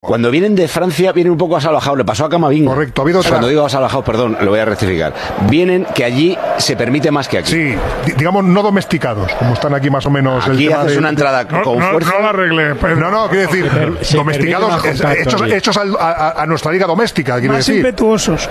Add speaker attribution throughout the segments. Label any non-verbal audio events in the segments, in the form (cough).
Speaker 1: Cuando vienen de Francia, vienen un poco asalvajados. Le pasó a Camavinga.
Speaker 2: Correcto, ha habido otra-
Speaker 1: Cuando digo asalvajados, perdón, lo voy a rectificar. Vienen que allí se permite más que aquí.
Speaker 2: Sí, pues di- digamos no domesticados, como están aquí más o menos.
Speaker 1: Aquí haces una entrada
Speaker 2: No,
Speaker 1: con
Speaker 2: no,
Speaker 1: fuerza.
Speaker 2: No la arregle. pero- No, no, quiero decir,
Speaker 3: se
Speaker 2: domesticados,
Speaker 3: permite más
Speaker 2: eh, hechos,
Speaker 3: contacto,
Speaker 2: hechos al- a, a- a nuestra liga doméstica, quiero
Speaker 3: Más
Speaker 2: decir.
Speaker 3: impetuosos.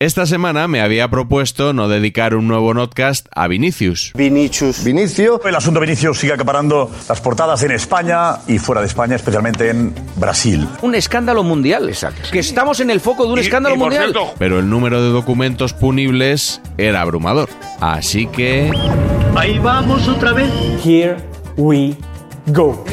Speaker 4: Esta semana me había propuesto no dedicar un nuevo podcast a Vinicius.
Speaker 5: Vinicio.
Speaker 6: El asunto Vinicius sigue acaparando las portadas en España y fuera de España, especialmente en Brasil.
Speaker 1: Un escándalo mundial. Exacto. Que estamos en el foco de un escándalo mundial.
Speaker 4: Pero el número de documentos punibles era abrumador. Así que...
Speaker 3: Ahí vamos otra vez. Here we go.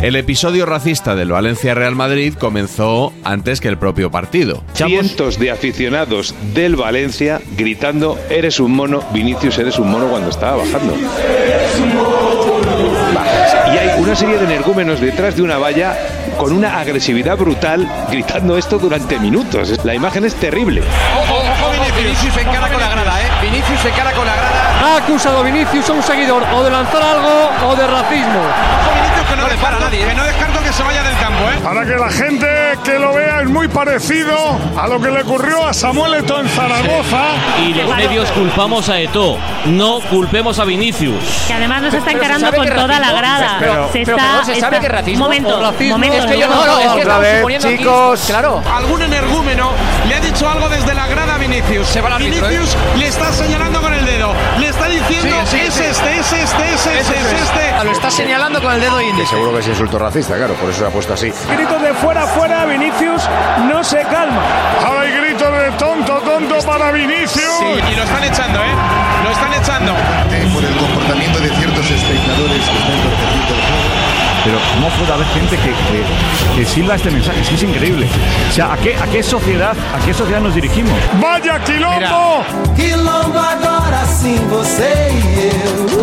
Speaker 4: El episodio racista del Valencia Real Madrid comenzó antes que el propio partido.
Speaker 1: Cientos de aficionados del Valencia gritando: Eres un mono, Vinicius, eres un mono cuando estaba bajando. Bajas. Y hay una serie de energúmenos detrás de una valla con una agresividad brutal gritando esto durante minutos. La imagen es terrible.
Speaker 3: Ha acusado Vinicius a un seguidor o de lanzar algo o de racismo.
Speaker 2: Ahora que la gente que lo vea es muy parecido a lo que le ocurrió a Samuel Eto en Zaragoza.
Speaker 3: Y los medios culpamos a Eto. No culpemos a Vinicius.
Speaker 7: Que además no se está
Speaker 3: Pero se
Speaker 7: encarando
Speaker 3: sabe
Speaker 7: con
Speaker 3: que es
Speaker 7: toda la
Speaker 3: racismo.
Speaker 7: grada.
Speaker 3: Pero-
Speaker 7: se
Speaker 3: pero
Speaker 7: está,
Speaker 3: que no se sabe
Speaker 7: está-
Speaker 3: que es racismo.
Speaker 7: Momento,
Speaker 3: O racismo.
Speaker 7: momento.
Speaker 3: Es que yo no-
Speaker 7: momento.
Speaker 3: no, es que estamos suponiendo aquí-
Speaker 1: claro.
Speaker 3: Algún energúmeno le ha dicho algo desde la ¿eh? grada a Vinicius. Se va Vinicius le está señalando con el dedo. Le está diciendo, es este, es este, es este, es, este. Lo está señalando con el dedo índice.
Speaker 1: Seguro que es insulto racista, claro, por eso se ha puesto así.
Speaker 3: Gritos de fuera, fuera, Vinicius no se calma.
Speaker 2: Ahora hay gritos de tonto, tonto para Vinicius.
Speaker 3: y lo están echando, ¿eh? Lo están echando.
Speaker 5: Por el comportamiento de ciertos espectadores que están perdiendo el juego.
Speaker 6: Pero ¿cómo puede haber gente que, que, que silba este mensaje? Es que es increíble. O sea, ¿a qué, a qué sociedad, ¿a qué sociedad nos dirigimos?
Speaker 2: ¡Vaya quilombo!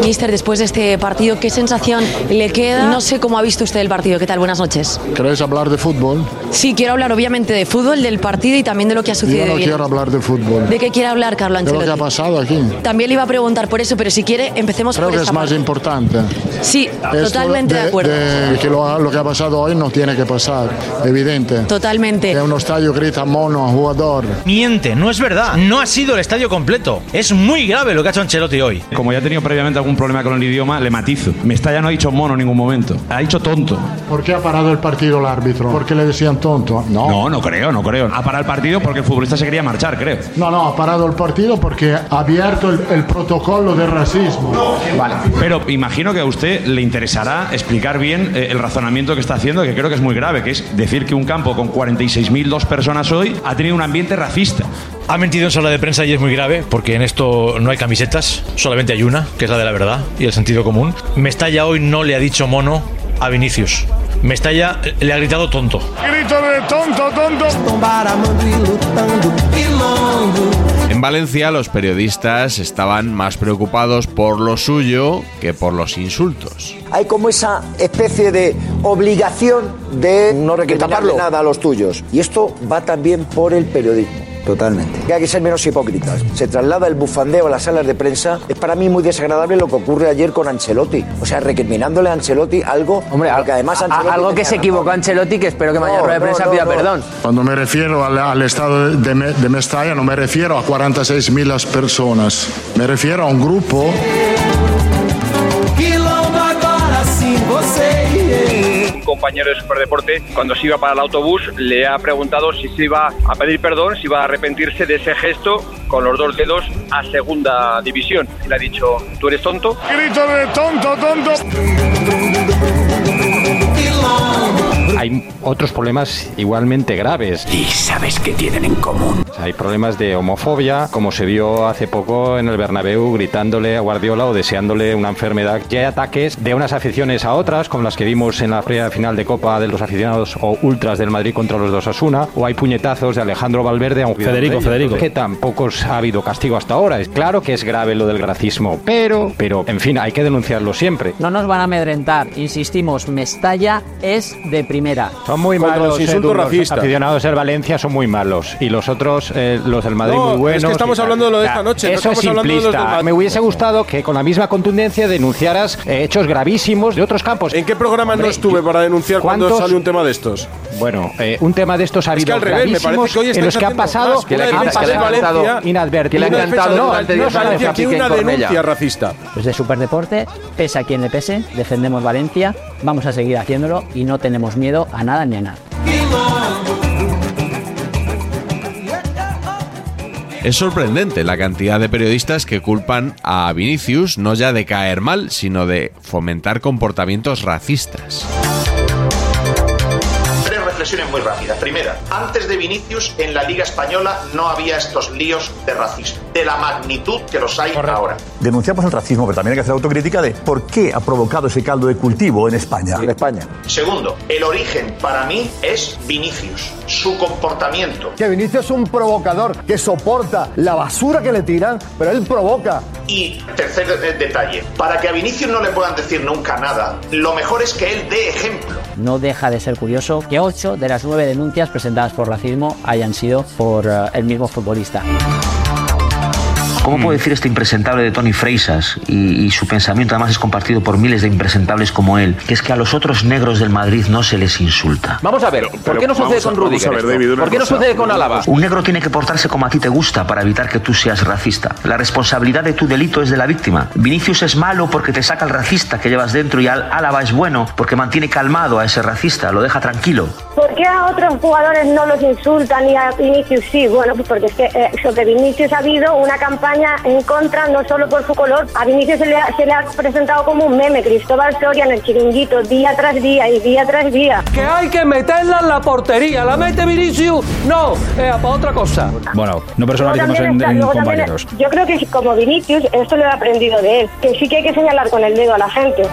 Speaker 7: Mister, después de este partido, ¿qué sensación le queda? No sé cómo ha visto usted el partido. ¿Qué tal? Buenas noches.
Speaker 5: ¿Queréis hablar de fútbol?
Speaker 7: Sí, quiero hablar obviamente de fútbol, del partido y también de lo que ha
Speaker 5: Yo
Speaker 7: sucedido.
Speaker 5: no
Speaker 7: hoy.
Speaker 5: quiero hablar de fútbol.
Speaker 7: ¿De qué quiere hablar, Carlo
Speaker 5: De lo que ha
Speaker 7: Ancelotti?
Speaker 5: pasado aquí.
Speaker 7: También le iba a preguntar por eso, pero si quiere, empecemos
Speaker 5: Creo
Speaker 7: por
Speaker 5: que
Speaker 7: esta
Speaker 5: es más
Speaker 7: parte.
Speaker 5: importante.
Speaker 7: Sí,
Speaker 5: Esto
Speaker 7: totalmente de, acuerdo.
Speaker 5: de que lo, lo que ha pasado hoy no tiene que pasar, evidente.
Speaker 7: Totalmente.
Speaker 5: Que un estadio grita mono a un jugador.
Speaker 3: Miente, no es verdad. No ha sido el estadio completo. Es muy grave lo que ha hecho Ancelotti hoy.
Speaker 1: Como ya he tenido previamente algún problema con el idioma, le matizo. Mestalla no ha dicho mono en ningún momento. Ha dicho tonto.
Speaker 5: ¿Por qué ha parado el partido el árbitro? ¿Por qué le decían tonto? No.
Speaker 1: No, no creo, no creo. Ha parado el partido porque el futbolista se quería marchar, creo.
Speaker 5: No, no, ha parado el partido porque ha abierto el, el protocolo de racismo.
Speaker 1: Vale. Pero imagino que a usted le interesará explicar bien eh, el razonamiento que está haciendo, que creo que es muy grave, que es decir que un campo con 46.002 personas hoy ha tenido un ambiente racista.
Speaker 8: Ha mentido en sala de prensa y es muy grave porque en esto no hay camisetas, solamente hay una, que es la de la verdad y el sentido común. Mestalla hoy no le ha dicho mono a Vinicius. Mestalla eh, le ha gritado tonto.
Speaker 2: Grito de tonto, tonto.
Speaker 4: En Valencia los periodistas estaban más preocupados por lo suyo que por los insultos.
Speaker 9: Hay como esa especie de obligación de no
Speaker 10: taparlo.
Speaker 9: nada a los tuyos. Y esto va también por el periodismo. Totalmente. Que hay que ser menos hipócritas. Se traslada el bufandeo a las salas de prensa. Es para mí muy desagradable lo que ocurre ayer con Ancelotti. O sea, recriminándole a Ancelotti algo. Hombre, que además
Speaker 10: A-
Speaker 9: Ancelotti
Speaker 10: algo que
Speaker 9: tenía
Speaker 10: se equivocó Ancelotti, que espero que mañana
Speaker 9: No,
Speaker 10: rueda de
Speaker 9: no,
Speaker 10: prensa
Speaker 9: no,
Speaker 10: pida
Speaker 9: no.
Speaker 10: perdón.
Speaker 5: Cuando me refiero al, al estado de, Me- de Mestalla, no me refiero a 46.000 personas, me refiero a un grupo
Speaker 11: Un compañero de Superdeporte, cuando se iba para el autobús, le ha preguntado si se iba a pedir perdón, si iba a arrepentirse de ese gesto con los dos dedos a segunda división. Y le ha dicho, ¿tú eres tonto?
Speaker 2: Grito de tonto, tonto.
Speaker 12: Hay otros problemas igualmente graves. ¿Y sabes qué tienen en común? Hay problemas de homofobia, como se vio hace poco en el Bernabéu gritándole a Guardiola o deseándole una enfermedad. Ya hay ataques de unas aficiones a otras, como las que vimos en la previa final de Copa de los aficionados o ultras del Madrid contra los dos Asuna, o hay puñetazos de Alejandro Valverde a un cuidado
Speaker 13: Federico,
Speaker 12: de ellos,
Speaker 13: Federico.
Speaker 12: que tampoco ha habido castigo hasta ahora. Es claro que es grave lo del racismo, pero, pero, en fin, hay que denunciarlo siempre.
Speaker 14: No nos van a amedrentar, insistimos, Mestalla es de primera.
Speaker 12: Son muy
Speaker 14: Contra
Speaker 12: malos.
Speaker 14: los insultos
Speaker 12: Edu,
Speaker 14: racistas.
Speaker 12: Los aficionados del Valencia son muy malos. Y los otros, eh, los del Madrid,
Speaker 15: No,
Speaker 12: muy buenos.
Speaker 15: es que estamos
Speaker 12: y tal.
Speaker 15: hablando de lo de
Speaker 12: O sea,
Speaker 15: esta noche, no
Speaker 12: Eso
Speaker 15: estamos
Speaker 12: es
Speaker 15: hablando de los del
Speaker 12: simplista.
Speaker 15: Madrid.
Speaker 12: Me hubiese gustado que con la misma contundencia denunciaras eh, hechos gravísimos de otros campos. ¿En qué
Speaker 15: programa no estuve para denunciar cuando sale un tema de estos?
Speaker 12: Bueno, eh, un tema de estos ha
Speaker 15: Es que
Speaker 12: habido
Speaker 15: al revés, me parece
Speaker 12: gravísimos
Speaker 15: que hoy estáis
Speaker 12: en los que han
Speaker 15: haciendo
Speaker 12: pasado
Speaker 15: más que la defensa del Valencia,
Speaker 12: inadvertidos.
Speaker 15: que la han cantado
Speaker 12: no,
Speaker 15: durante
Speaker 12: no
Speaker 15: diez años
Speaker 12: Valencia,
Speaker 15: aquí
Speaker 12: Piqué en
Speaker 15: una
Speaker 12: Cornellá.
Speaker 15: denuncia racista.
Speaker 14: Los de Superdeporte, pese a quien le pese, defendemos Valencia, vamos a seguir haciéndolo y no tenemos miedo a nada ni a nada.
Speaker 4: Es sorprendente la cantidad de periodistas que culpan a Vinicius no ya de caer mal, sino de fomentar comportamientos racistas.
Speaker 16: Tres reflexiones muy rápidas. Primera, antes de Vinicius en la Liga Española no había estos líos de racismo, de la magnitud que los hay ahora.
Speaker 6: Denunciamos el racismo, pero también hay que hacer autocrítica de por qué ha provocado ese caldo de cultivo en España. En España.
Speaker 16: Segundo, el origen para mí es Vinicius, su comportamiento.
Speaker 17: Que Vinicius es un provocador que soporta la basura que le tiran, pero él provoca.
Speaker 16: Y tercer eh, detalle, para que a Vinicius no le puedan decir nunca nada, lo mejor es que él dé ejemplo.
Speaker 14: No deja de ser curioso que 8 de las 9 denuncias presentadas por racismo hayan sido por eh, el mismo futbolista.
Speaker 3: ¿Cómo puedo decir este impresentable de Tony Freisas? Y, y su pensamiento además es compartido por miles de impresentables como él, que es que a los otros negros del Madrid no se les insulta.
Speaker 18: Vamos a ver, ¿por qué no sucede con Rudiger? esto? ¿Por qué no sucede con Álava?
Speaker 3: Un negro tiene que portarse como a ti te gusta para evitar que tú seas racista. La responsabilidad de tu delito es de la víctima. Vinicius es malo porque te saca el racista que llevas dentro y Al- Álava es bueno porque mantiene calmado a ese racista, lo deja tranquilo.
Speaker 19: ¿Por qué a otros jugadores no los insultan y a Vinicius sí? Bueno, pues porque es que eh, sobre Vinicius ha habido una campaña en contra, no solo por su color. A Vinicius se le ha, se le ha presentado como un meme, Cristóbal Soria en el chiringuito, día tras día y día tras día.
Speaker 18: Que hay que meterla en la portería. ¿La mete Vinicius? No, eh, para otra cosa.
Speaker 20: Bueno, no
Speaker 19: Luego
Speaker 20: personalicemos
Speaker 19: también
Speaker 20: en,
Speaker 19: está-
Speaker 20: en
Speaker 19: luego también-
Speaker 20: compañeros.
Speaker 19: yo creo que si- como Vinicius, esto lo he aprendido de él, que sí que hay que señalar con el dedo a la gente.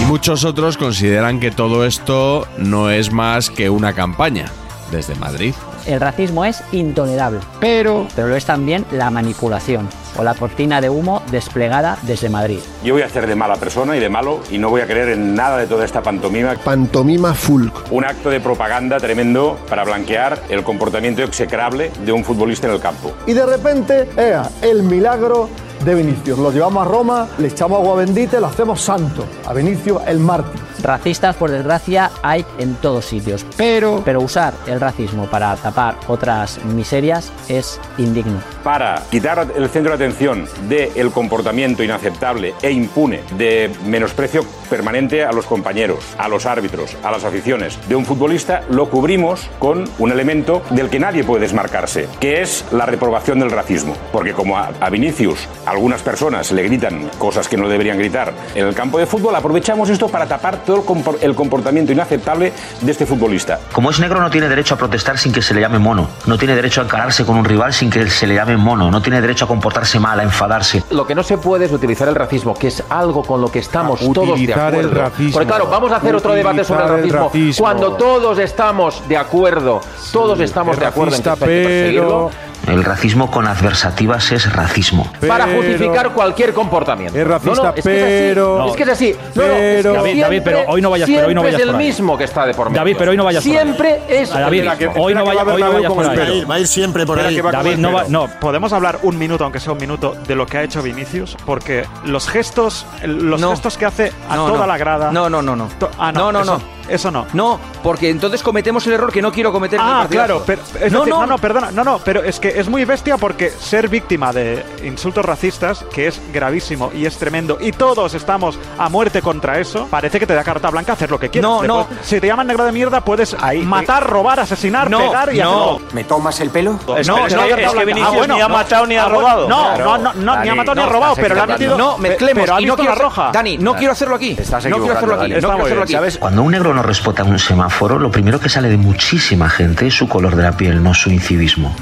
Speaker 4: Y muchos otros consideran que todo esto no es más que una campaña desde Madrid.
Speaker 14: El racismo es intolerable, pero, pero lo es también la manipulación o la cortina de humo desplegada desde Madrid.
Speaker 21: Yo voy a hacer de mala persona y de malo y no voy a creer en nada de toda esta pantomima.
Speaker 17: Pantomima full.
Speaker 21: Un acto de propaganda tremendo para blanquear el comportamiento execrable de un futbolista en el campo.
Speaker 17: Y de repente era el milagro de Vinicius. Lo llevamos a Roma, le echamos agua bendita y lo hacemos santo. A Vinicius el mártir.
Speaker 14: Racistas, por desgracia, hay en todos sitios, pero, pero usar el racismo para tapar otras miserias es indigno.
Speaker 21: Para quitar el centro de atención del comportamiento inaceptable e impune de menosprecio permanente a los compañeros, a los árbitros, a las aficiones de un futbolista, lo cubrimos con un elemento del que nadie puede desmarcarse, Este, que es la reprobación del racismo. Porque como a, a Vinicius algunas personas le gritan cosas que no deberían gritar en el campo de fútbol, aprovechamos esto para tapar todo el compor- el comportamiento inaceptable de este futbolista.
Speaker 3: Como es negro no tiene derecho a protestar sin que se le llame mono, no tiene derecho a encararse con un rival sin que se le llame mono, no tiene derecho a comportarse mal, a enfadarse.
Speaker 22: Lo que no se puede es utilizar el racismo, que es algo con lo que estamos todos de
Speaker 23: utilizar el
Speaker 22: acuerdo.
Speaker 23: racismo.
Speaker 22: Porque claro, vamos a hacer otro debate sobre el
Speaker 23: Utilizar el
Speaker 22: racismo.
Speaker 23: racismo.
Speaker 22: Cuando todos estamos de acuerdo, todos estamos
Speaker 23: es
Speaker 22: de acuerdo en que
Speaker 23: racista,
Speaker 22: esto hay que perseguirlo,
Speaker 3: El racismo con adversativas es racismo.
Speaker 22: para justificar cualquier comportamiento. Es
Speaker 3: racista, pero-
Speaker 22: es que es así. No, no, es que
Speaker 24: David,
Speaker 22: es así.
Speaker 24: David, pero hoy no vayas, pero hoy no
Speaker 22: siempre
Speaker 24: vayas
Speaker 22: es
Speaker 24: por
Speaker 22: el
Speaker 24: ahí.
Speaker 22: mismo que está de por medio.
Speaker 24: David, pero hoy no vayas por ahí.
Speaker 22: Siempre es
Speaker 24: Ah, David,
Speaker 22: el mismo.
Speaker 24: hoy no vaya- hoy no vayas por ahí.
Speaker 19: siempre
Speaker 22: por ahí.
Speaker 24: David,
Speaker 19: Espera
Speaker 24: no,
Speaker 19: que
Speaker 24: va-
Speaker 19: va con
Speaker 24: no, podemos hablar un minuto, aunque sea un minuto, de lo que ha hecho Vinicius, porque los gestos, los
Speaker 25: No.
Speaker 24: gestos que hace a
Speaker 25: No,
Speaker 24: toda
Speaker 25: no.
Speaker 24: la grada.
Speaker 25: No, no, no, no.
Speaker 24: To- ah, no,
Speaker 25: no, no,
Speaker 24: eso-
Speaker 25: no.
Speaker 24: Eso no.
Speaker 25: No, porque entonces cometemos el error que no quiero cometer. en el
Speaker 24: Ah,
Speaker 25: partidazo.
Speaker 24: claro, pero es
Speaker 25: no,
Speaker 24: decir,
Speaker 25: no,
Speaker 24: no, no, perdona, no, no, pero es que es muy bestia porque ser víctima de insultos racistas, que es gravísimo y es tremendo, y todos estamos a muerte contra eso, parece que te da carta blanca hacer lo que quieras.
Speaker 25: No, no.
Speaker 24: Después, Si te llaman negro de mierda, puedes matar, robar, asesinar,
Speaker 25: No,
Speaker 24: pegar y
Speaker 25: no.
Speaker 24: hacer
Speaker 9: ¿Me tomas el pelo?
Speaker 24: No, no,
Speaker 25: es que- es que
Speaker 24: carta blanca.
Speaker 25: Vinicius
Speaker 24: bueno,
Speaker 25: ni ha
Speaker 24: no.
Speaker 25: matado ni ha
Speaker 24: Ah, bueno,
Speaker 25: robado.
Speaker 24: No,
Speaker 25: Claro.
Speaker 24: no, no, no, ni ha
Speaker 25: Dani,
Speaker 24: matado ni ha
Speaker 25: no,
Speaker 24: robado,
Speaker 25: estás
Speaker 24: pero le ha metido.
Speaker 25: equivocando. No, mezclemos,
Speaker 24: Pero ha
Speaker 25: y no
Speaker 24: visto
Speaker 25: quiero
Speaker 24: la
Speaker 25: hacer-
Speaker 24: roja.
Speaker 25: Dani, no quiero hacerlo aquí. Estás No quiero hacerlo aquí, no quiero hacerlo aquí. ¿Sabes?
Speaker 3: Cuando un negro no respeta un semáforo, lo primero que sale de muchísima gente es su color de la piel, no su incivismo.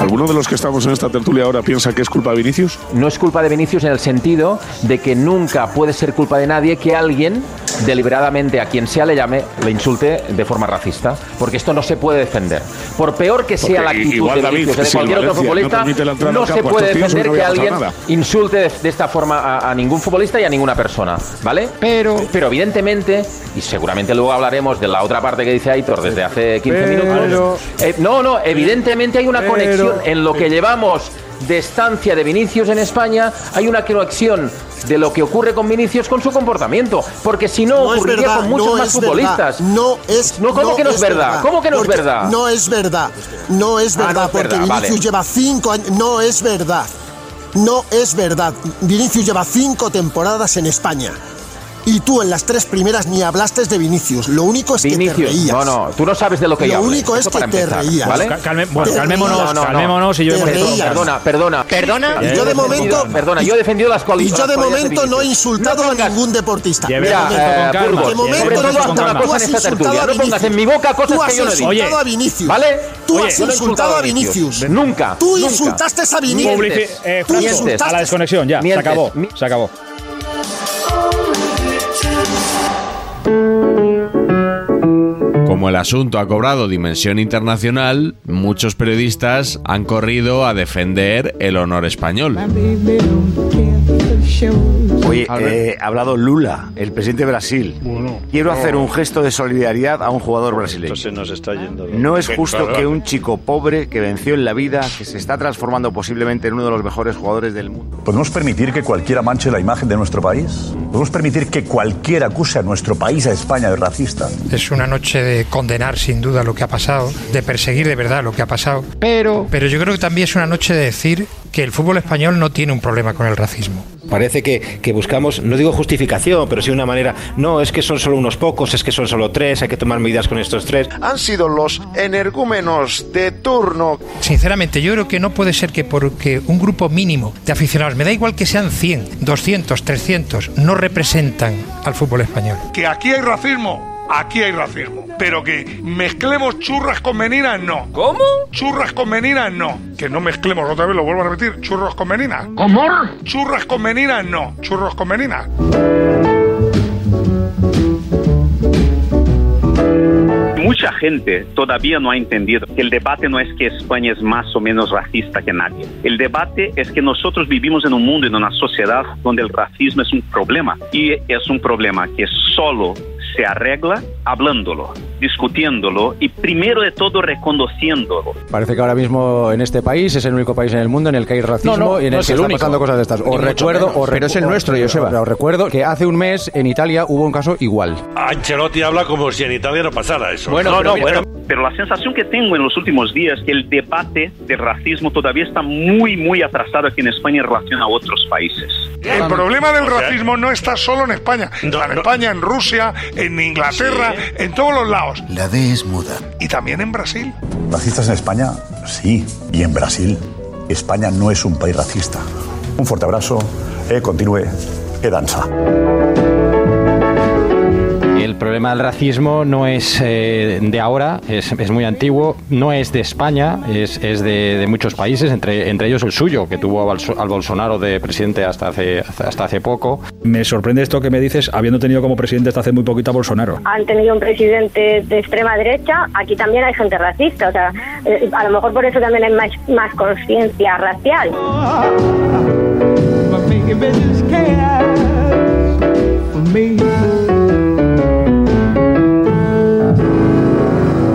Speaker 15: ¿Alguno de los que estamos en esta tertulia ahora piensa que es culpa de Vinicius?
Speaker 22: No es culpa de Vinicius en el sentido de que nunca puede ser culpa de nadie que alguien deliberadamente a quien sea le llame, le insulte de forma racista, porque esto no se puede defender. Por peor que sea
Speaker 15: Porque
Speaker 22: la actitud
Speaker 15: igual,
Speaker 22: de
Speaker 15: David,
Speaker 22: Vinicius o de
Speaker 15: si el
Speaker 22: cualquier
Speaker 15: Valencia
Speaker 22: otro
Speaker 15: no
Speaker 22: futbolista,
Speaker 15: permite la
Speaker 22: no,
Speaker 15: entrada al
Speaker 22: se
Speaker 15: campo a
Speaker 22: puede
Speaker 15: estos tíos,
Speaker 22: defender
Speaker 15: no
Speaker 22: que
Speaker 15: había pasado
Speaker 22: alguien
Speaker 15: nada.
Speaker 22: insulte de, de esta forma a, a ningún futbolista y a ninguna persona, ¿vale? Pero, pero evidentemente, y seguramente luego hablaremos de la otra parte que dice Aitor desde hace 15 minutos, eh, no, no, evidentemente hay una
Speaker 23: Pero-
Speaker 22: conexión en lo que llevamos de estancia de Vinicius en España, hay una conexión de lo que ocurre con Vinicius con su comportamiento, porque si no,
Speaker 10: No es
Speaker 22: ocurriría
Speaker 10: verdad,
Speaker 22: con muchos
Speaker 10: no
Speaker 22: más
Speaker 10: es verdad,
Speaker 22: futbolistas.
Speaker 10: no es
Speaker 22: No, ¿cómo que no es verdad? ¿Cómo que no es
Speaker 10: Porque
Speaker 22: verdad?
Speaker 10: No es verdad. No es
Speaker 22: Ah, no
Speaker 10: verdad,
Speaker 22: es
Speaker 10: porque
Speaker 22: verdad, vale.
Speaker 10: Vinicius lleva cinco años. No es verdad. No es verdad. Vinicius lleva cinco temporadas en España. Y tú en las tres primeras ni hablaste de Vinicius. Lo único es que te
Speaker 22: Vinicius,
Speaker 10: reías.
Speaker 22: no, no, tú no sabes de lo que
Speaker 10: Lo
Speaker 22: yo hablo.
Speaker 10: único
Speaker 22: eso
Speaker 10: es que
Speaker 22: para
Speaker 10: te
Speaker 22: empezar,
Speaker 10: reías.
Speaker 22: ¿vale?
Speaker 10: Ca- calme- bueno, Te calmémonos, reías. calmémonos y yo- Te reías.
Speaker 22: Perdona, perdona.
Speaker 10: Perdona. Y yo de
Speaker 22: He defendido-
Speaker 10: momento-
Speaker 22: Perdona, yo he defendido las
Speaker 10: Y
Speaker 22: cualidades.
Speaker 10: yo de momento no he insultado a ningún deportista.
Speaker 22: Mira, eh, Burgos,
Speaker 10: De momento
Speaker 22: sobre
Speaker 10: no he
Speaker 22: todo haz
Speaker 10: insultado.
Speaker 22: una
Speaker 10: Tú
Speaker 22: cosa en
Speaker 10: has
Speaker 22: esta
Speaker 10: insultado
Speaker 22: tertulia.
Speaker 10: a
Speaker 22: No pongas en mi
Speaker 10: Vinicius.
Speaker 22: boca cosas
Speaker 10: Tú
Speaker 22: que yo no he
Speaker 10: has
Speaker 22: dicho.
Speaker 10: insultado a Vinicius.
Speaker 22: ¿Vale?
Speaker 10: Tú
Speaker 22: Oye,
Speaker 10: has
Speaker 22: yo no he
Speaker 10: insultado a Vinicius.
Speaker 22: Nunca.
Speaker 10: Tú
Speaker 22: nunca.
Speaker 10: insultaste a
Speaker 24: Publici-
Speaker 10: Vinicius.
Speaker 24: eh,
Speaker 10: Tú
Speaker 24: Franco,
Speaker 10: insultaste.
Speaker 24: a la desconexión, ya,
Speaker 10: Mientes.
Speaker 24: se acabó, se acabó.
Speaker 4: Como el asunto ha cobrado dimensión internacional, muchos periodistas han corrido a defender el honor español.
Speaker 20: Oye, eh, ha hablado Lula, el presidente de Brasil. Quiero hacer un gesto de solidaridad a un jugador brasileño. nos está yendo. No es justo que un chico pobre que venció en la vida, que se está transformando posiblemente en uno de los mejores jugadores del mundo.
Speaker 6: ¿Podemos permitir que cualquiera manche la imagen de nuestro país? ¿Podemos permitir que cualquiera acuse a nuestro país, a España, de racista?
Speaker 26: Es una noche de condenar sin duda lo que ha pasado, de perseguir de verdad lo que ha pasado. Pero. Pero yo creo que también es una noche de decir que el fútbol español no tiene un problema con el racismo.
Speaker 20: Parece que, que buscamos, no digo justificación, pero sí una manera, no, es que son solo unos pocos, es que son solo tres, hay que tomar medidas con estos tres.
Speaker 26: Han sido los energúmenos de turno. Sinceramente, yo creo que no puede ser que porque un grupo mínimo de aficionados, me da igual que sean 100, 200, 300, no representan al fútbol español.
Speaker 2: Que aquí hay racismo. Aquí hay racismo, pero que mezclemos churras con meninas no. ¿Cómo? Churras con meninas no. Que no mezclemos, otra vez lo vuelvo a repetir, churros con meninas. ¿Cómo? Churras con meninas no, churros con meninas.
Speaker 27: Mucha gente todavía no ha entendido que el debate no es que España es más o menos racista que nadie. El debate es que nosotros vivimos en un mundo, en una sociedad donde el racismo es un problema. Y es un problema que solo se arregla hablándolo, discutiéndolo y primero de todo reconociéndolo.
Speaker 20: Parece que ahora mismo en este país es el único país en el mundo en el que hay racismo No, no, y en no el es que el están único. pasando cosas de estas. Ni Os mucho recuerdo, menos. os Pero es el nuestro, Joseba. Os recuerdo que hace un mes en Italia hubo un caso igual.
Speaker 28: Ancelotti habla como si en Italia no pasara eso.
Speaker 20: Bueno,
Speaker 28: no,
Speaker 20: pero
Speaker 28: no,
Speaker 20: mira,
Speaker 28: bueno.
Speaker 27: Pero la sensación que tengo en los últimos días, que el debate del racismo todavía está muy, muy atrasado aquí en España en relación a otros países.
Speaker 2: El problema del racismo no está solo en España. está en España, en Rusia, en Inglaterra, en todos los lados.
Speaker 6: La D es muda.
Speaker 2: Y también en Brasil.
Speaker 6: ¿Racistas en España? Sí. Y en Brasil. España no es un país racista. Un fuerte abrazo. Eh, continúe. Eh, danza.
Speaker 12: El problema del racismo no es eh, de ahora, es, es muy antiguo, no es de España, es, es de, de muchos países, entre, entre ellos el suyo, que tuvo a Balso- al Bolsonaro de presidente hasta hace, hasta hace poco.
Speaker 24: Me sorprende esto que me dices, habiendo tenido como presidente hasta hace muy poquito a Bolsonaro.
Speaker 19: han tenido un presidente de extrema derecha, aquí también hay gente racista. O sea, eh, a lo mejor por eso también hay más, más conciencia racial.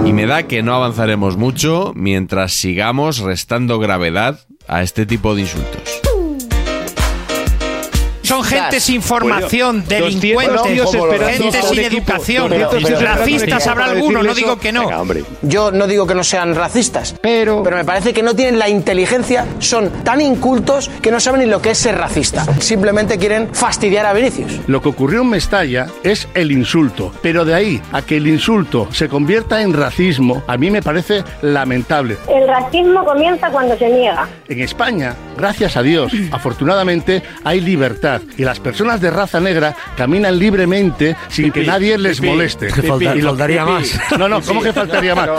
Speaker 4: Y me da que no avanzaremos mucho mientras sigamos restando gravedad a este tipo de insultos.
Speaker 26: Son gente sin formación,
Speaker 4: Julio,
Speaker 26: delincuentes,
Speaker 4: 200 tíos esperando
Speaker 26: gente
Speaker 4: por
Speaker 26: sin
Speaker 4: el equipo.
Speaker 26: educación,
Speaker 4: 200 tíos esperando
Speaker 26: racistas
Speaker 4: que-
Speaker 26: habrá
Speaker 4: para
Speaker 26: alguno, no
Speaker 4: decirle
Speaker 26: digo
Speaker 4: eso.
Speaker 26: que no.
Speaker 4: Venga, hombre.
Speaker 22: Yo no digo que no sean racistas, pero, pero me parece que no tienen la inteligencia, son tan incultos que no saben ni lo que es ser racista. Simplemente quieren fastidiar a Vinicius.
Speaker 29: Lo que ocurrió en Mestalla es el insulto, pero de ahí a que el insulto se convierta en racismo, a mí me parece lamentable.
Speaker 19: El racismo comienza cuando se niega.
Speaker 29: En España, gracias a Dios, afortunadamente hay libertad y las personas de raza negra caminan libremente sin que nadie les
Speaker 16: pipí,
Speaker 29: moleste.
Speaker 16: que falta-
Speaker 29: Y lo-
Speaker 16: faltaría más.
Speaker 29: No, no, ¿cómo que faltaría más?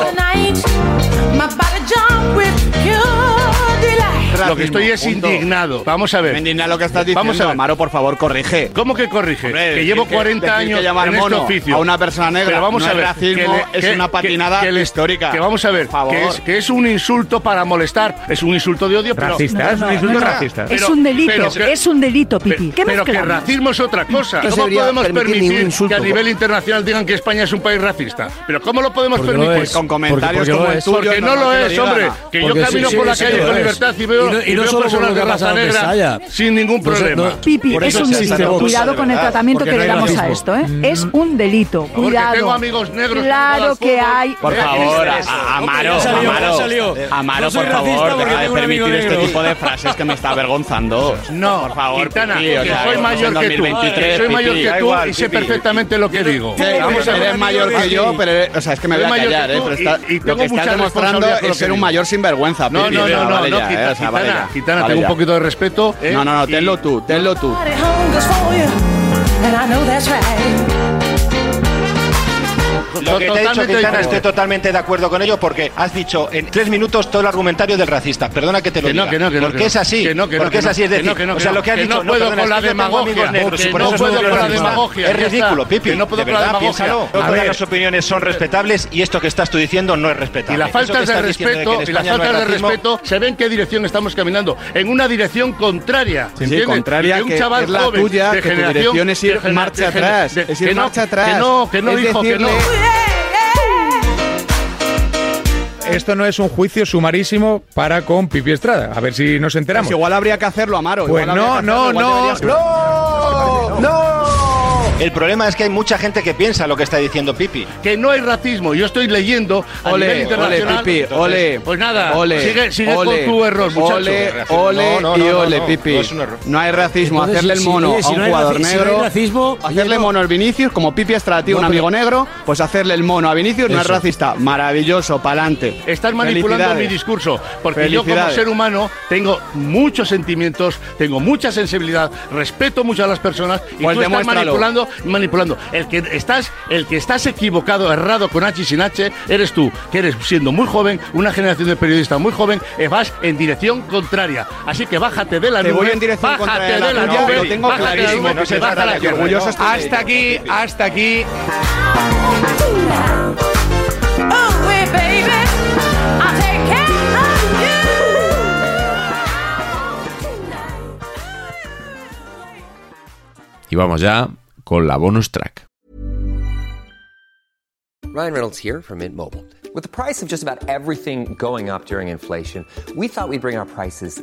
Speaker 29: Lo que estoy es
Speaker 16: Punto.
Speaker 29: indignado. Vamos a ver.
Speaker 16: Me indigna lo que estás diciendo,
Speaker 29: Vamos a ver.
Speaker 16: Amaro, por favor, corrige.
Speaker 29: ¿Cómo que corrige?
Speaker 16: Hombre,
Speaker 29: que
Speaker 16: decir
Speaker 29: llevo
Speaker 16: que-
Speaker 29: 40
Speaker 16: decir que
Speaker 29: años
Speaker 16: llamar
Speaker 29: en este
Speaker 16: mono
Speaker 29: oficio.
Speaker 16: a una persona negra
Speaker 29: Pero vamos
Speaker 16: no
Speaker 29: a
Speaker 16: es
Speaker 29: ver.
Speaker 16: racismo, es una patinada
Speaker 29: que le-
Speaker 16: histórica.
Speaker 29: Que vamos a ver.
Speaker 16: Por favor.
Speaker 29: Que es, que es un insulto para molestar. Es un insulto de odio. pero-
Speaker 16: Racista, es un insulto
Speaker 29: Pero-
Speaker 16: racista.
Speaker 7: es
Speaker 29: pero-
Speaker 7: un delito,
Speaker 29: pero que-
Speaker 7: es un delito, Pipi. ¿Qué
Speaker 29: pero que
Speaker 7: mezclamos?
Speaker 29: racismo es otra cosa.
Speaker 7: No se
Speaker 29: ¿Cómo
Speaker 7: debería
Speaker 29: podemos
Speaker 7: permitir
Speaker 29: permitir
Speaker 7: ningún insulto.
Speaker 29: que a nivel internacional digan que España es un país racista? ¿Pero cómo lo podemos
Speaker 16: Porque
Speaker 29: permitir?
Speaker 16: lo es. Con comentarios Porque- porque como lo el es. tuyo
Speaker 29: Porque
Speaker 16: es
Speaker 29: no lo
Speaker 16: normal que
Speaker 29: es,
Speaker 16: lo
Speaker 29: hombre.
Speaker 16: digan.
Speaker 29: Que yo
Speaker 16: Porque sí,
Speaker 29: camino
Speaker 16: sí,
Speaker 29: por la
Speaker 16: sí
Speaker 29: calle
Speaker 16: que lo
Speaker 29: con
Speaker 16: es.
Speaker 29: libertad y
Speaker 16: Y no-
Speaker 29: veo
Speaker 16: y
Speaker 29: y
Speaker 16: no
Speaker 29: veo
Speaker 16: solo por
Speaker 29: personas
Speaker 16: lo que
Speaker 29: de
Speaker 16: ha
Speaker 29: raza
Speaker 16: pasado en
Speaker 29: negra
Speaker 16: Mestalla.
Speaker 29: sin ningún
Speaker 16: No sé,
Speaker 29: problema.
Speaker 16: Pues, no-
Speaker 7: Pipi,
Speaker 29: Por
Speaker 7: es
Speaker 29: eso
Speaker 7: un
Speaker 29: se hace
Speaker 7: delito.
Speaker 29: Vox.
Speaker 7: Cuidado con el tratamiento
Speaker 29: Porque
Speaker 7: que
Speaker 29: no
Speaker 7: le
Speaker 29: hay
Speaker 7: damos a
Speaker 29: racismo.
Speaker 7: esto, ¿eh?
Speaker 3: Mm.
Speaker 7: Es un delito.
Speaker 29: Porque
Speaker 7: Cuidado.
Speaker 29: tengo amigos negros
Speaker 7: Claro que hay.
Speaker 16: Por favor, a- a- Amaro,
Speaker 29: Ya salió, ya
Speaker 16: Amaro,
Speaker 29: salió.
Speaker 16: Amaro,
Speaker 29: No soy
Speaker 16: por
Speaker 29: racista
Speaker 16: favor,
Speaker 29: porque
Speaker 16: deja de
Speaker 29: tengo un amigo
Speaker 16: permitir este
Speaker 29: negro.
Speaker 16: tipo de frases que me está avergonzando.
Speaker 29: No,
Speaker 16: por favor,
Speaker 29: Quintana,
Speaker 16: Pipi, o
Speaker 29: que
Speaker 16: sea,
Speaker 29: soy
Speaker 16: estamos en
Speaker 29: mayor que tú.
Speaker 16: 2023,
Speaker 29: Que soy mayor
Speaker 16: Pipi.
Speaker 29: que
Speaker 16: Da
Speaker 29: tú
Speaker 16: igual,
Speaker 29: y sé
Speaker 16: Pipi.
Speaker 29: perfectamente lo que digo.
Speaker 16: Sí, vamos a ver, eres mayor que yo, pero eres- o sea, es que me voy
Speaker 29: Soy
Speaker 16: a
Speaker 29: mayor
Speaker 16: callar,
Speaker 29: que
Speaker 16: eh,
Speaker 29: tú
Speaker 16: pero
Speaker 29: y-
Speaker 16: está-
Speaker 29: y
Speaker 16: lo
Speaker 29: tengo
Speaker 16: que estás
Speaker 29: mucha
Speaker 16: demostrando
Speaker 29: responsabilidad por
Speaker 16: es
Speaker 29: lo que
Speaker 16: ser un
Speaker 29: digo.
Speaker 16: mayor sinvergüenza.
Speaker 29: No,
Speaker 16: Pipi,
Speaker 29: no,
Speaker 16: venga,
Speaker 29: no, no,
Speaker 16: vale
Speaker 29: no,
Speaker 16: ya,
Speaker 29: quita-
Speaker 16: eh, o sea, vale
Speaker 29: Quintana,
Speaker 16: ya.
Speaker 29: Quintana,
Speaker 16: Vale
Speaker 29: tengo un
Speaker 16: ya.
Speaker 29: poquito de respeto. ¿eh?
Speaker 16: No, no, no, tenlo tú, tenlo tú.
Speaker 1: Lo que te he dicho,
Speaker 29: Totalmente
Speaker 1: Quintana,
Speaker 29: de
Speaker 1: estoy
Speaker 29: acuerdo.
Speaker 1: totalmente de acuerdo con ello porque has dicho en tres minutos todo el argumentario del racista. Perdona que te lo
Speaker 29: Que no,
Speaker 1: diga.
Speaker 29: que no, que no,
Speaker 1: porque
Speaker 29: que no.
Speaker 1: es así.
Speaker 29: Que no, que no,
Speaker 1: porque
Speaker 29: que
Speaker 1: es
Speaker 29: no,
Speaker 1: así, es
Speaker 29: que
Speaker 1: decir,
Speaker 29: no, que no,
Speaker 1: o sea,
Speaker 29: que
Speaker 1: lo que has
Speaker 29: no,
Speaker 1: dicho,
Speaker 29: que no puedo
Speaker 1: perdona,
Speaker 29: con
Speaker 1: es
Speaker 29: la
Speaker 1: que yo tengo
Speaker 29: demagogia,
Speaker 1: amigos negros
Speaker 29: que
Speaker 1: y por
Speaker 29: no
Speaker 1: eso soy
Speaker 29: puedo con la
Speaker 1: racista.
Speaker 29: demagogia,
Speaker 1: Es
Speaker 29: ya
Speaker 1: ridículo,
Speaker 29: está.
Speaker 1: Pipi.
Speaker 29: Que no puedo
Speaker 1: de
Speaker 29: con la
Speaker 1: verdad,
Speaker 29: demagogia.
Speaker 1: piénsalo.
Speaker 29: A
Speaker 1: Todas
Speaker 29: ver.
Speaker 1: las opiniones son respetables y esto que estás tú diciendo no es respetable.
Speaker 29: Y las
Speaker 1: Eso que
Speaker 29: faltas de
Speaker 1: estás diciendo de que
Speaker 29: respeto,
Speaker 1: en
Speaker 29: y las
Speaker 1: España no hay
Speaker 29: faltas de
Speaker 1: racismo,
Speaker 29: respeto, se ve en qué dirección estamos caminando. En una dirección contraria.
Speaker 16: Sí,
Speaker 29: ¿entiendes?
Speaker 16: contraria,
Speaker 29: Y que un
Speaker 16: que
Speaker 29: chaval
Speaker 16: es la
Speaker 29: joven
Speaker 16: tuya,
Speaker 29: de
Speaker 16: que tu
Speaker 29: generación-
Speaker 16: dirección es ir
Speaker 29: de gener-
Speaker 16: marcha
Speaker 29: de gener-
Speaker 16: atrás,
Speaker 29: de-
Speaker 16: es ir
Speaker 29: que no,
Speaker 16: marcha
Speaker 29: que
Speaker 16: atrás.
Speaker 29: no, que no,
Speaker 16: Es
Speaker 29: hijo, que no.
Speaker 16: decirle-
Speaker 30: Esto no es un juicio sumarísimo para con Pipi Estrada. A ver si nos enteramos.
Speaker 16: Pues igual habría que hacerlo, Amaro.
Speaker 30: Pues
Speaker 16: igual
Speaker 30: no,
Speaker 16: habría que
Speaker 30: no,
Speaker 16: hacerlo, igual
Speaker 30: no,
Speaker 16: deberías-
Speaker 30: no.
Speaker 1: El problema es que hay mucha gente que piensa lo que está diciendo Pipi.
Speaker 29: Que no hay racismo. Yo estoy leyendo a
Speaker 1: Ole,
Speaker 29: nivel internacional.
Speaker 1: ole, Pipi, ole.
Speaker 29: Pues nada,
Speaker 1: Ole,
Speaker 29: sigue, sigue
Speaker 1: ole,
Speaker 29: con tu error, muchacho.
Speaker 16: Ole, ole
Speaker 29: No, no,
Speaker 16: y
Speaker 29: no, no,
Speaker 16: ole,
Speaker 29: no.
Speaker 16: Pipi.
Speaker 29: No
Speaker 16: No,
Speaker 29: es un error.
Speaker 16: hay racismo.
Speaker 29: Entonces,
Speaker 16: hacerle el
Speaker 29: si-
Speaker 16: mono
Speaker 29: oye, si
Speaker 16: a un
Speaker 29: no hay
Speaker 16: jugador
Speaker 29: raci- si no
Speaker 16: negro.
Speaker 29: hay racismo,
Speaker 16: hacerle mono al Vinicius, como Pipi Estrada, tío, un
Speaker 29: No, pero-
Speaker 16: amigo negro, pues hacerle el mono a Vinicius no es
Speaker 29: Eso.
Speaker 16: racista. Maravilloso, pa'lante.
Speaker 29: Estás manipulando mi discurso, porque yo como ser humano tengo muchos sentimientos, tengo mucha sensibilidad, respeto mucho a las personas y
Speaker 16: Pues
Speaker 29: tú estás
Speaker 16: demuéstralo.
Speaker 29: manipulando, manipulando. El que estás, el que estás equivocado, errado con H y sin H, eres tú, que eres siendo muy joven, una generación de periodistas muy joven, eh, vas en dirección contraria. Así que bájate de la
Speaker 16: Te
Speaker 29: nube,
Speaker 16: voy en dirección
Speaker 29: bájate
Speaker 16: contraria
Speaker 29: de
Speaker 16: de la
Speaker 29: la
Speaker 16: tuya,
Speaker 29: nube,
Speaker 16: lo tengo
Speaker 29: bájate de la
Speaker 16: clarísimo,
Speaker 29: nube,
Speaker 16: no
Speaker 29: que se
Speaker 16: te
Speaker 29: baja
Speaker 16: dará
Speaker 29: la
Speaker 16: la
Speaker 29: tierra.
Speaker 16: orgulloso estoy de
Speaker 11: Hasta aquí, hasta aquí.
Speaker 4: Y vamos ya con la bonus track.
Speaker 25: Ryan Reynolds here from Mint Mobile. With the price of just about everything going up during inflation, we thought we'd bring our prices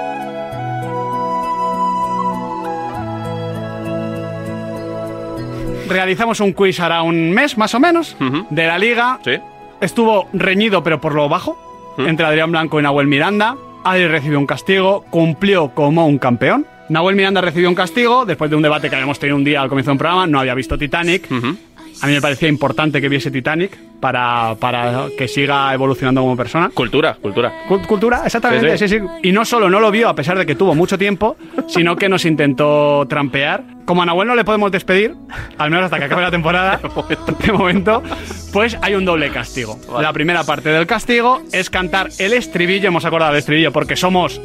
Speaker 16: realizamos un quiz ahora un mes más o menos de la liga. Estuvo reñido pero por lo bajo entre Adrián Blanco y Nahuel Miranda. Adri recibió un castigo, cumplió como un campeón. Nahuel Miranda recibió un castigo después de un debate que habíamos tenido un día al comienzo del programa, no había visto Titanic. A mí me parecía importante que viese Titanic para, para que siga evolucionando como persona. Cultura, cultura. cultura, exactamente.
Speaker 3: Sí, sí.
Speaker 16: Sí, sí. Y no solo no lo vio, a pesar de que tuvo mucho tiempo, sino que nos intentó trampear. Como a Nahuel no le podemos despedir, al menos hasta que acabe
Speaker 3: (laughs)
Speaker 16: la temporada, de momento, pues hay un doble castigo. La primera parte del castigo es cantar el estribillo, hemos acordado el estribillo porque somos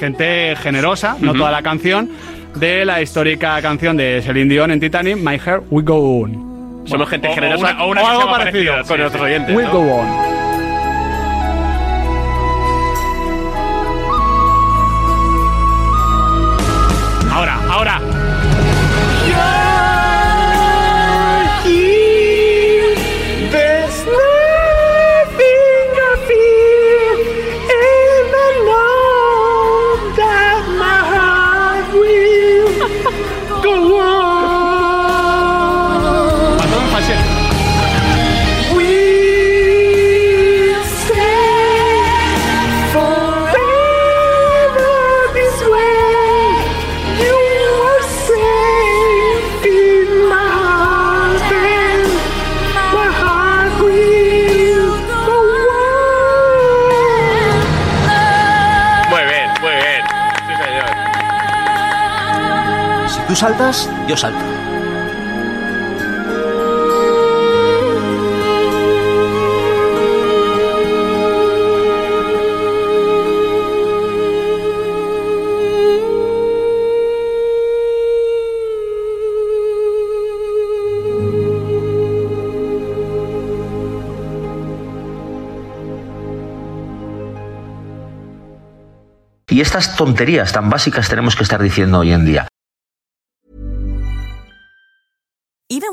Speaker 16: gente generosa, no toda la canción, de la histórica canción de Celine Dion en Titanic, My Hair We Go On.
Speaker 3: Somos gente
Speaker 16: o- o
Speaker 3: generosa
Speaker 16: una-
Speaker 3: o una
Speaker 16: o
Speaker 3: que
Speaker 16: algo
Speaker 3: se llama
Speaker 16: parecido,
Speaker 3: parecido con
Speaker 16: sí,
Speaker 3: nuestros
Speaker 16: sí.
Speaker 3: oyentes.
Speaker 16: We'll
Speaker 3: ¿no?
Speaker 16: go on. Ahora, ahora. There's nothing I feel in the love that my heart will go on. We'll stay forever this way. You are safe in my heart and my heart will go on.
Speaker 3: Muy bien, muy bien. Sí, señor.
Speaker 18: Si tú saltas, yo salto.
Speaker 21: Y estas tonterías tan básicas tenemos que estar diciendo hoy en día.
Speaker 28: Even